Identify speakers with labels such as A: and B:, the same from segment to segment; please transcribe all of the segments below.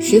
A: 十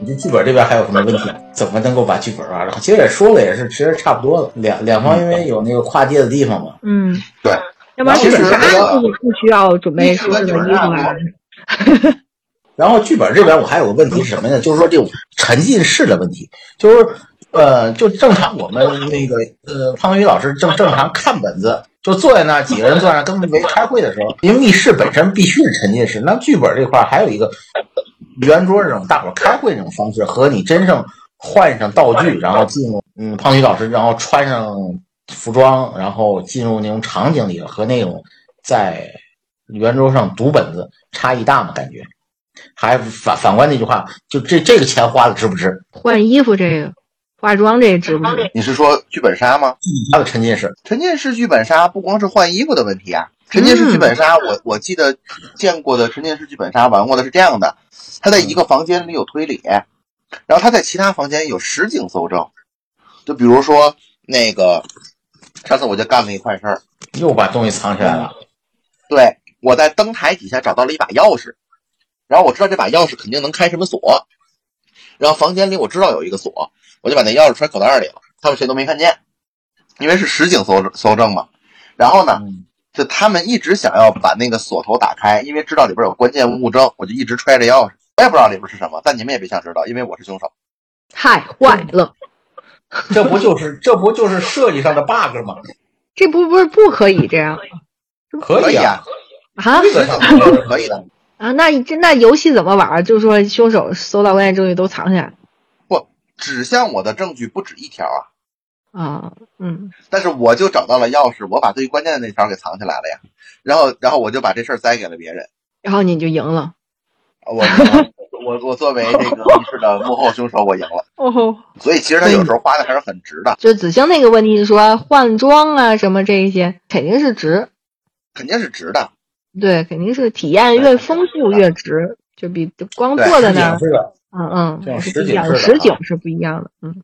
B: 你这剧本这边还有什么问题？怎么能够把剧本啊？然后其实也说了，也是其实差不多了。两两方因为有那个跨界的地方嘛。
C: 嗯，
D: 对，
C: 要不然
D: 其实
C: 本
D: 这个
C: 身不不需要准备什么衣
D: 你
C: 服
D: 说你
C: 啊
D: 啊。
B: 然后剧本这边我还有个问题是什么呢？就是说这种沉浸式的问题，就是呃，就正常我们那个呃，潘文宇老师正正常看本子，就坐在那儿几个人坐在那儿跟没开会的时候，因为密室本身必须是沉浸式。那剧本这块儿还有一个圆桌这种大伙儿开会这种方式，和你真正换上道具，然后进入嗯，胖宇老师，然后穿上服装，然后进入那种场景里，和那种在圆桌上读本子差异大吗？感觉？还反反观那句话，就这这个钱花了值不值？
C: 换衣服这个，化妆这个值不值？
D: 你是说剧本杀吗？
B: 他的沉浸式，
D: 沉浸式剧本杀不光是换衣服的问题啊，沉浸式剧本杀，我我记得见过的沉浸式剧本杀玩过的是这样的：他在一个房间里有推理，然后他在其他房间有实景搜证，就比如说那个上次我就干了一块事儿，
B: 又把东西藏起来了。
D: 对，我在灯台底下找到了一把钥匙，然后我知道这把钥匙肯定能开什么锁，然后房间里我知道有一个锁，我就把那钥匙揣口袋里了，他们谁都没看见，因为是实景搜搜证嘛。然后呢，
B: 嗯
D: 就他们一直想要把那个锁头打开，因为知道里边有关键物证，我就一直揣着钥匙，我也不知道里边是什么，但你们也别想知道，因为我是凶手。
C: 太坏了，
B: 这不就是这不就是设计上的 bug 吗？
C: 这不不是不可以这样
B: 可以
D: 啊，，
C: 啊
B: 规则
D: 实
B: 上
D: 景
B: 的
D: 搜
B: bug
D: 证可以的。
C: 啊？那这那游戏怎么玩儿？就是说凶手搜到关键证据都藏起来
D: 指向我的证据不止一条啊，
C: 啊？嗯，
D: 但是我就找到了钥匙，我把最关键的那条给藏起来了呀。然后，然后我就把这事儿栽给了别人。
C: 然后你就赢了。
D: 我 我我作为这个密室的幕后凶手，我赢了。
C: 哦吼。
D: 所以其实他有时候花的还是很值的，
C: 就子星那个问题是说换装啊什么这一些肯定是值，
D: 肯定是值的。
C: 对，肯定是体验越丰富越值，就比光坐在那儿，
B: 是的，
C: 嗯
B: 对
C: 嗯，是不
B: 实
C: 一
B: 景
C: 样
B: 是
C: 的，
B: 的
C: 实景是不一样的，嗯，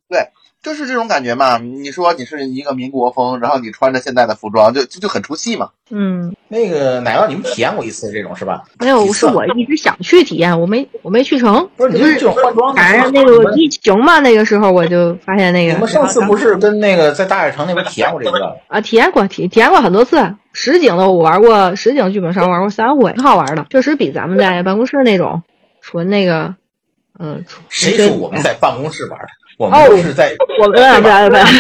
D: 就是这种感觉嘛，你说你是一个民国风，然后你穿着现代的服装，就就就很出戏嘛。
C: 嗯，
B: 那个奶酪，你们体验过一次这种是吧？
C: 没有，
B: 几次
C: 是我一直想去体验，我没我没去成，
B: 不是你
C: 就
B: 们这种换装的，
C: 赶上哎那个疫情嘛，那个时候我就发现那
B: 你
C: 个
B: 们上次不是跟那个在大悦城那边体验过这个？
C: 啊，体验过体体验过很多次，实景的我玩过，实景剧本杀玩过三回，挺好玩的，确实比咱们在办公室那种纯那个，嗯，纯
B: 谁
C: 纯
B: 说我们在办公室玩的？我们都是在
C: 哦我们俩不俩不俩，
B: 开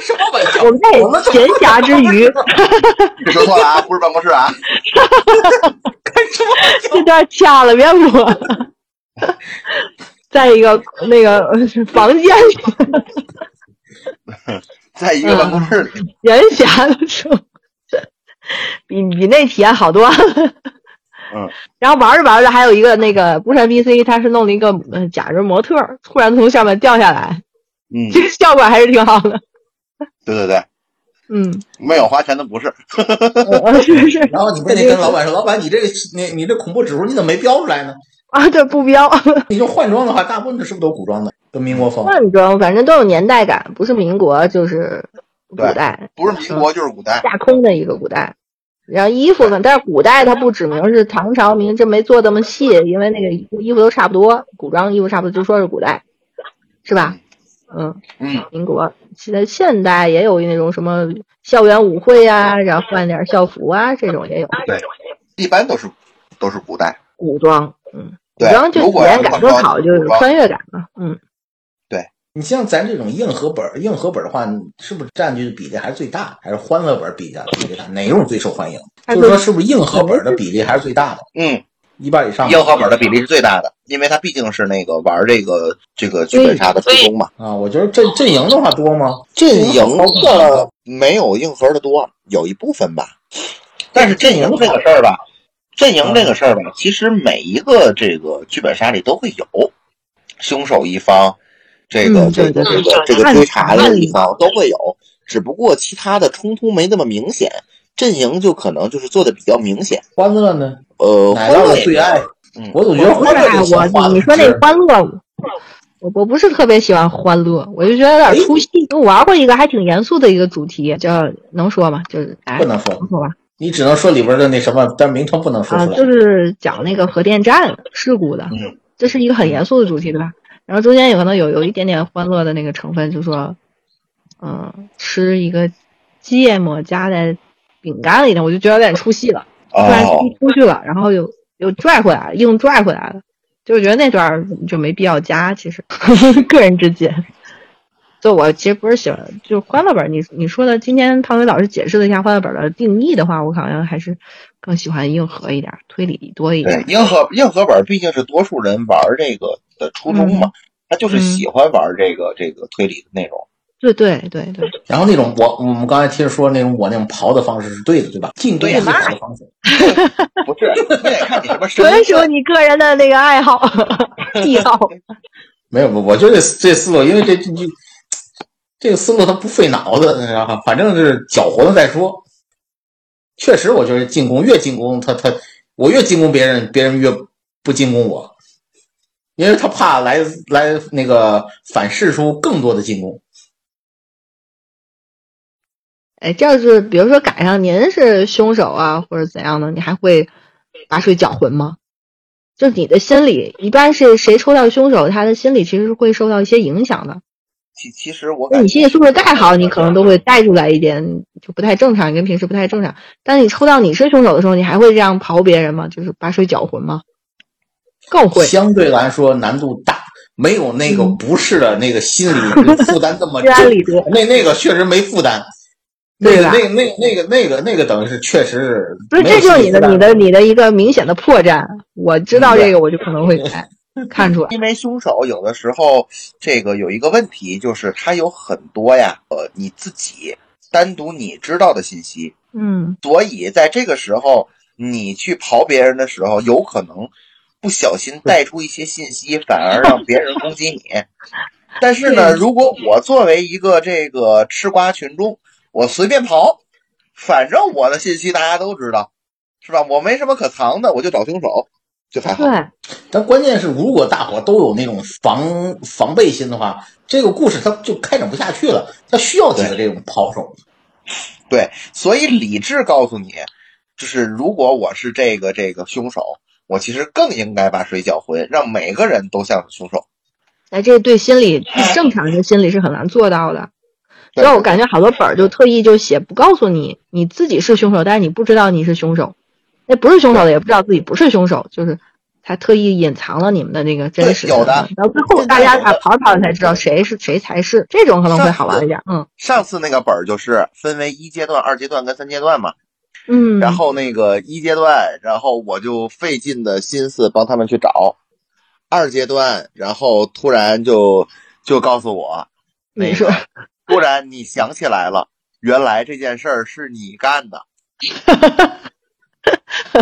B: 什么玩笑？
C: 我们
B: 我们
C: 在闲暇之余，
D: 你说错了啊，不是办公室啊。
B: 开什么玩笑？
C: 这段掐了别播。 在一个那个呃房间里
D: 在一个办公室里，
C: 闲暇的时候，比比那体验好多了。
D: 嗯，
C: 然后玩着玩着，还有一个那个不是 NPC，他是弄了一个呃假人模特儿，突然从上面掉下来，
D: 嗯，
C: 这个效果还是挺好的。
D: 对对对，
C: 嗯，
D: 没有花钱的不是，
C: 呃是是
B: 然后你不得跟老板 说，老板，你这个你你这恐怖指数你怎么没标出来呢？
C: 啊，对不标。
B: 你用换装的话，大部分是不是都古装的，都民国风？
C: 换装反正都有年代感，不是民国就是古代，
D: 不是民国就是古代。
C: 架空的一个古代。然后衣服呢，但是古代它不指明是唐朝明，这没做那么细，因为那个衣服都差不多，古装衣服差不多，就说是古代，是吧？嗯，
D: 嗯，
C: 民国现在现代也有那种什么校园舞会啊，然后换点校服啊，这种也有
D: 一般都是都是古代。
C: 古装，嗯，古
D: 对
C: 装就
D: 如
C: 体
D: 果要
C: 验
D: 是
C: 感
D: 换
C: 更
D: 装
C: 好，就有
D: 古装
C: 穿越感嘛，嗯，
B: 你像咱这种硬核本儿，硬核本儿的话，是不是占据的比例还是最大？还是欢乐本儿比例比例大？哪种最受欢迎？
C: 它
B: 就是说，是不是硬核本儿的比例还是最大的？
D: 嗯，
B: 一半以上吧。
D: 硬核本的比例是最大的，因为它毕竟是那个玩这个这个剧本杀的初衷嘛。
B: 啊，我觉得阵阵营的话多吗？
D: 阵营
B: 好多
D: 的没有硬核的多，有一部分吧。但是阵营这个事儿吧，阵营这个事儿吧，其实每一个这个剧本杀里都会有，凶手一方，这个、
C: 嗯
D: 这个
C: 对对
D: 这个这
C: 对
D: 个追查
C: 案
D: 的
C: 底
D: 一方都会有，只不过其他的冲突没那么明显，阵营就可能就是做的比较明显。
B: 欢乐呢？
D: 呃，
B: 奶酪
D: 欢乐
B: 的
D: 也
B: 最爱，
D: 嗯
B: 我总觉得
C: 不
B: 欢
C: 是
B: 乐
C: 啊
B: 这个
C: 我，你说那欢乐，我我不是特别喜欢欢乐，我就觉得有
B: 哎
C: 点出戏。因为我玩过一个还挺严肃的一个主题，叫能说吗？就是哎，
B: 不能说，
C: 能说吧？
B: 你只能说里边的那什么，但名称不能说
C: 啊，
B: 出来。
C: 就是讲那个核电站事故的，
D: 嗯
C: 这是一个很严肃的主题，对吧？然后中间有可能有有一点点欢乐的那个成分，就说，嗯，吃一个芥末夹在饼干里头，我就觉得有点出戏了，突然
D: 哦，
C: 出去了，然后又又拽回来了，硬拽回来了，就是觉得那段儿就没必要加，其实 个人之见。就我其实不是喜欢，就是欢乐本儿。你你说的，今天汤唯老师解释了一下欢乐本儿的定义的话，我好像还是更喜欢硬核一点儿，推理多一点
D: 对
C: 儿。，
D: 硬核硬核本毕竟是多数人玩这个的初衷嘛，他就是喜欢玩这个这个推理的内容。
C: 对对对对，
B: 然后那种我我们刚才听说那种我那种刨的方式是对的，对吧？进攻
D: 对
B: 是
D: 呀
B: 最好的方式。
D: 不是，那得看你什么身
C: 纯属
D: 份。
C: 你个人的那个爱 好癖好。
B: 没有，我我觉得这思路，因为这这这这个思路它不费脑子，你知道吧？反正是搅和了再说。确实，我觉得进攻越进攻，他他我越进攻别人，别人越不进攻我，因为他怕来来那个反噬出更多的进攻。
C: 哎，这要是比如说赶上您是凶手啊，或者怎样的，你还会把水搅浑吗？就是你的心理，一般是谁抽到凶手，他的心理其实是会受到一些影响的。
D: 其其实我
C: 那
D: 感
C: 你
D: 觉
C: 心理素质再好，你可能都会带出来一点，就不太正常，跟平时不太正常。但你抽到你是凶手的时候，你还会这样刨别人吗？就是把水搅浑吗？更会。
B: 相对来说难度大，没有那个
C: 嗯
B: 不是的那个心理负担那么
C: 心安
B: 重
C: 理得。
B: 那那个确实没负担，那
C: 对
B: 个
C: 吧
B: 那那那个那个那个等于是确实是
C: 不是，
B: 没有
C: 这就是你的
B: 心理负担
C: 你的你的一个明显的破绽。我知道这个，我就可能 会看看出来。
D: 因为凶手有的时候这个有一个问题，就是他有很多呀，呃，你自己单独你知道的信息，
C: 嗯，
D: 所以在这个时候你去刨别人的时候，有可能不小心带出一些信息，反而让别人攻击你。但是呢，
C: 对
D: 如果我作为一个这个吃瓜群众，我随便刨，反正我的信息大家都知道，是吧？我没什么可藏的，我就找凶手，就还好。
C: 对，
B: 但关键是，如果大伙都有那种防防备心的话，这个故事它就开展不下去了。它需要几个这种炮手。
D: 对，所以理智告诉你，就是如果我是这个这个凶手，我其实更应该把水搅浑，让每个人都像是凶手。
C: 哎，这对心理正常人的心理是很难做到的。
D: 对
C: 所以我感觉好多本儿就特意就写不告诉你你自己是凶手，但是你不知道你是凶手，那不是凶手的也不知道自己不是凶手，就是他特意隐藏了你们的那个真实
D: 对有的
C: 身份到最后大家才跑跑才知道谁是谁才是，这种可能会好玩一点。嗯
D: 上次那个本儿就是分为一阶段、二阶段跟三阶段嘛，
C: 嗯，
D: 然后那个一阶段，然后我就费尽的心思帮他们去找，二阶段，然后突然就就告诉我，
C: 你说
D: 突然你想起来了，原来这件事儿是你干 的，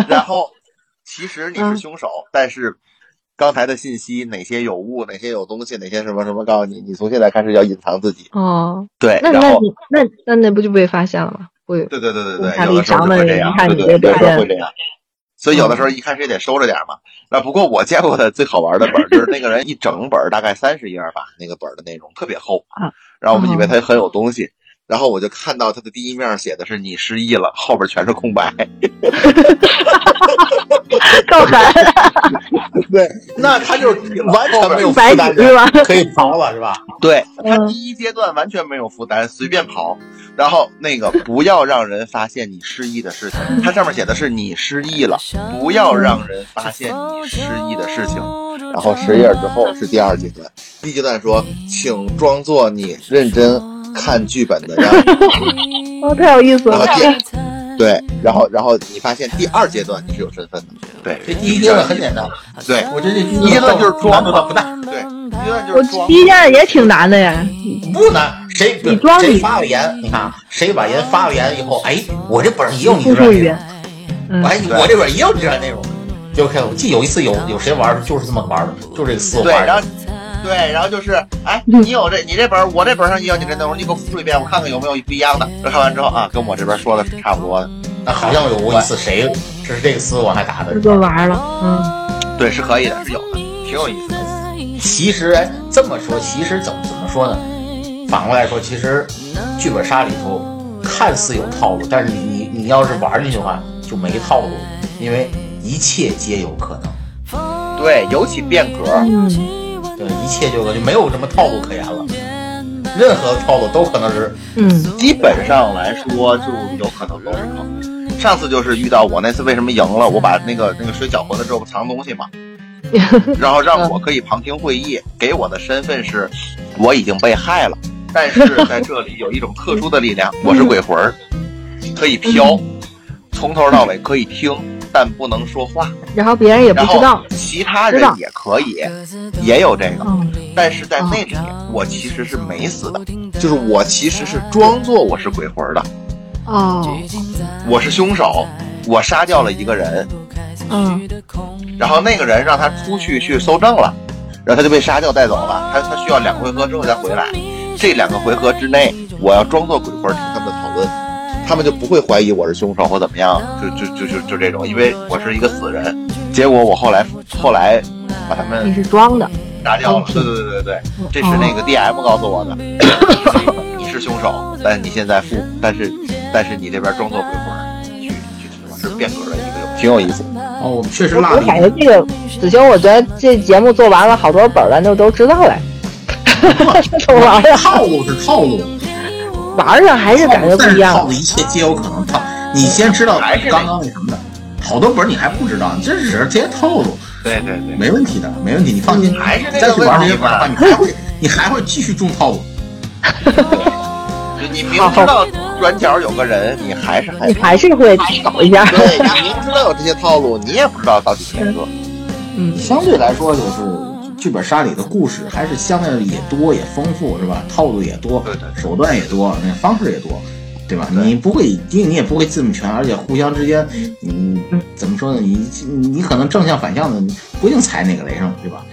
D: 然后其实你是凶手，
C: 嗯
D: 但是刚才的信息哪些有误，哪些有东西，哪些什么什么，告诉你，你从现在开始要隐藏自己。
C: 哦，
D: 对，
C: 那
D: 然
C: 那
D: 后
C: 你那那那不就被发现了吗？ 会嗯
D: 对对对对
C: 看
D: 对，有
C: 你
D: 的时候就
C: 长得
D: 会这样
C: 你，看
D: 对
C: 你
D: 对，
C: 这
D: 有时
C: 表
D: 候
C: 现
D: 会这样。所以有的时候一开始也得收着点嘛。那不过我见过的最好玩的本儿就是那个人一整本儿大概三十页吧，那个本儿的内容特别厚
C: 啊，
D: 然后我们以为他很有东西，然后我就看到他的第一面写的是你失忆了，后边全是空白。
C: 够狠，
D: 对
B: 那他就是完全没有负
C: 白
B: 担
C: 纸
B: 的，
C: 是吧？
B: 可以刨了，是吧？
D: 对，他
C: 嗯
D: 第一阶段完全没有负担，随便跑，然后那个不要让人发现你失忆的事情，它上面写的是你失忆了，不要让人发现你失忆的事情。然后十页之后是第二阶段，第一阶段说，请装作你认真看剧本的 样子。
C: 哦，太有意思
D: 然后
C: 了。
D: 第对，然后然后你发现第二阶段你是有身份的，对，
B: 这第一阶段很简单，
D: 对，
B: 我觉得这第
D: 第一阶段就是
B: 难
D: 装
B: 度倒不大，
D: 对，第一阶段就
C: 我
D: 是装。
C: 第一件也挺难的呀，
D: 嗯
B: 不难。谁
C: 你装
B: 谁
C: 你
B: 啊发了言，你看啊，谁把言发了言以后，哎，我这本儿也有你
C: 不
B: 的
C: 会
B: 问题
C: 员。嗯
B: 我还哎我这本也有这样内容。就看，我记得有一次有有谁玩，就是这么玩的，就这个思路
D: 对，
B: 玩
D: 然
B: 的
D: 后。对，然后就是，哎，你有这你这本儿，我这本儿上也有你这内容，你给我复述一遍，我看看有没有不一样的。然后看完之后啊，跟我这边说的是差不多的，
B: 那好像有过一次谁是这个思路往下打的
C: 这。个玩儿了，
D: 对，是可以的，是有的，挺有意思的。
B: 其实哎，这么说，其实怎么怎么说呢？反过来说，其实剧本杀里头看似有套路，但是你你你要是玩进去的话，就没套路，因为一切皆有可能。
D: 对，尤其变革，
C: 嗯嗯
B: 对，一切就就没有什么套路可言了，任何套路都可能是
C: 嗯
D: 基本上来说就有可能都是坑。上次就是遇到我那次为什么赢了，我把那个那个水搅和了之后藏东西 嘛，然后让我可以旁听会议，给我的身份是我已经被害了，但是在这里有一种特殊的力 量，我是鬼魂儿，可以飘，从头到尾可以听，但不能说话，
C: 然后别人也不
D: 然
C: 知
D: 后
C: 道，
D: 其他人也可以，也有这个。
C: 嗯
D: 但是在那里，我其实是没死的，就是我其实是装作我是鬼魂儿的，
C: 哦
D: 我是凶手，我杀掉了一个人，
C: 嗯
D: 然后那个人让他出去去搜证了，然后他就被杀掉带走了，他他需要两个回合之后再回来，这两个回合之内，我要装作鬼魂儿听他们的讨论，他们就不会怀疑我是凶手或怎么样，就就就就就这种，因为我是一个死人。结果我后来后来把他
C: 你
D: 们
C: 是装的，
D: 杀掉了，对对对对对，这是那个 DM 告诉我的，你是凶手，但是你现在负，但是但是你这边装作鬼魂儿去去什么，是变革的一个游戏，挺有意思。
B: 哦，我们确实
C: 我
B: 落
C: 我
B: 了一
C: 感觉这个子修，我觉得这节目做完了，好多本儿咱就都知道了，都玩
B: 个
C: 了，
B: 套路是套路，
C: 玩上还是感觉不一
B: 套
C: 样
B: 路。一切皆有可能套。你先知道
D: 还是那
B: 刚刚那什么的，好多本儿你还不知道，这只是这些套路，
D: 对对对，
B: 没问题的，没问题，你放心。
D: 还是那
B: 再
D: 个
B: 去玩这
D: 问
B: 些
D: 题
B: 本儿的话，
D: 吧
B: 你。还会你还会继续中套路。
D: 就你明知道转角有个人，你还是害
C: 你
D: 怕。
C: 还是会搞一下，
D: 对，你明知道有这些套路，你也不知道到底是哪个。
C: 嗯，
B: 相对来说，就是剧本杀里的故事还是相对也多也丰富，是吧？套路也多
D: 对对，对
B: 手段也多，那方式也多，对吧？
D: 对
B: 你不会，因为你也不会字母全，而且互相之间，你
C: 嗯
B: 怎么说呢？你你可能正向反向的，你不一定踩哪个雷上，对吧？